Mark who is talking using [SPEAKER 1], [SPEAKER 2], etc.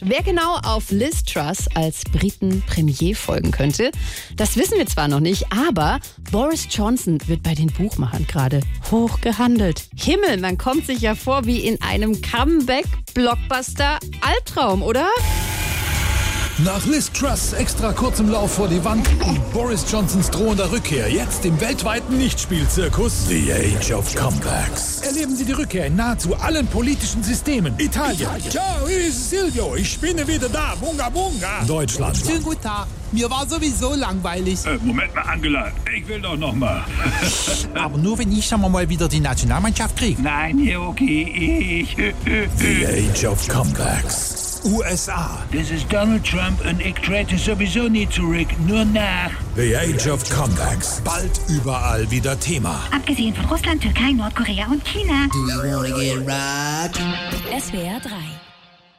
[SPEAKER 1] Wer genau auf Liz Truss als Briten Premier folgen könnte, das wissen wir zwar noch nicht, aber Boris Johnson wird bei den Buchmachern gerade hoch gehandelt. Himmel, man kommt sich ja vor wie in einem Comeback-Blockbuster-Albtraum, oder?
[SPEAKER 2] Nach Liz Truss extra kurzem Lauf vor die Wand und Boris Johnsons drohender Rückkehr jetzt im weltweiten Nichtspielzirkus The Age of Comebacks erleben Sie die Rückkehr in nahezu allen politischen Systemen. Italien,
[SPEAKER 3] Ciao, hier ist Silvio. Ich bin wieder da. Bunga, bunga.
[SPEAKER 2] Deutschland,
[SPEAKER 4] Schönen guten Tag. Mir war sowieso langweilig.
[SPEAKER 3] Äh, Moment mal, Angela. Ich will doch noch mal.
[SPEAKER 4] Aber nur wenn ich sagen wir mal wieder die Nationalmannschaft kriege.
[SPEAKER 3] Nein, hier okay, ich.
[SPEAKER 2] The Age of Comebacks USA,
[SPEAKER 3] Das ist Donald Trump und ich trete sowieso nie zurück. Nur nach.
[SPEAKER 2] The Age of Comebacks, bald überall wieder Thema.
[SPEAKER 5] Abgesehen von Russland, Türkei, Nordkorea und China.
[SPEAKER 6] SWR 3.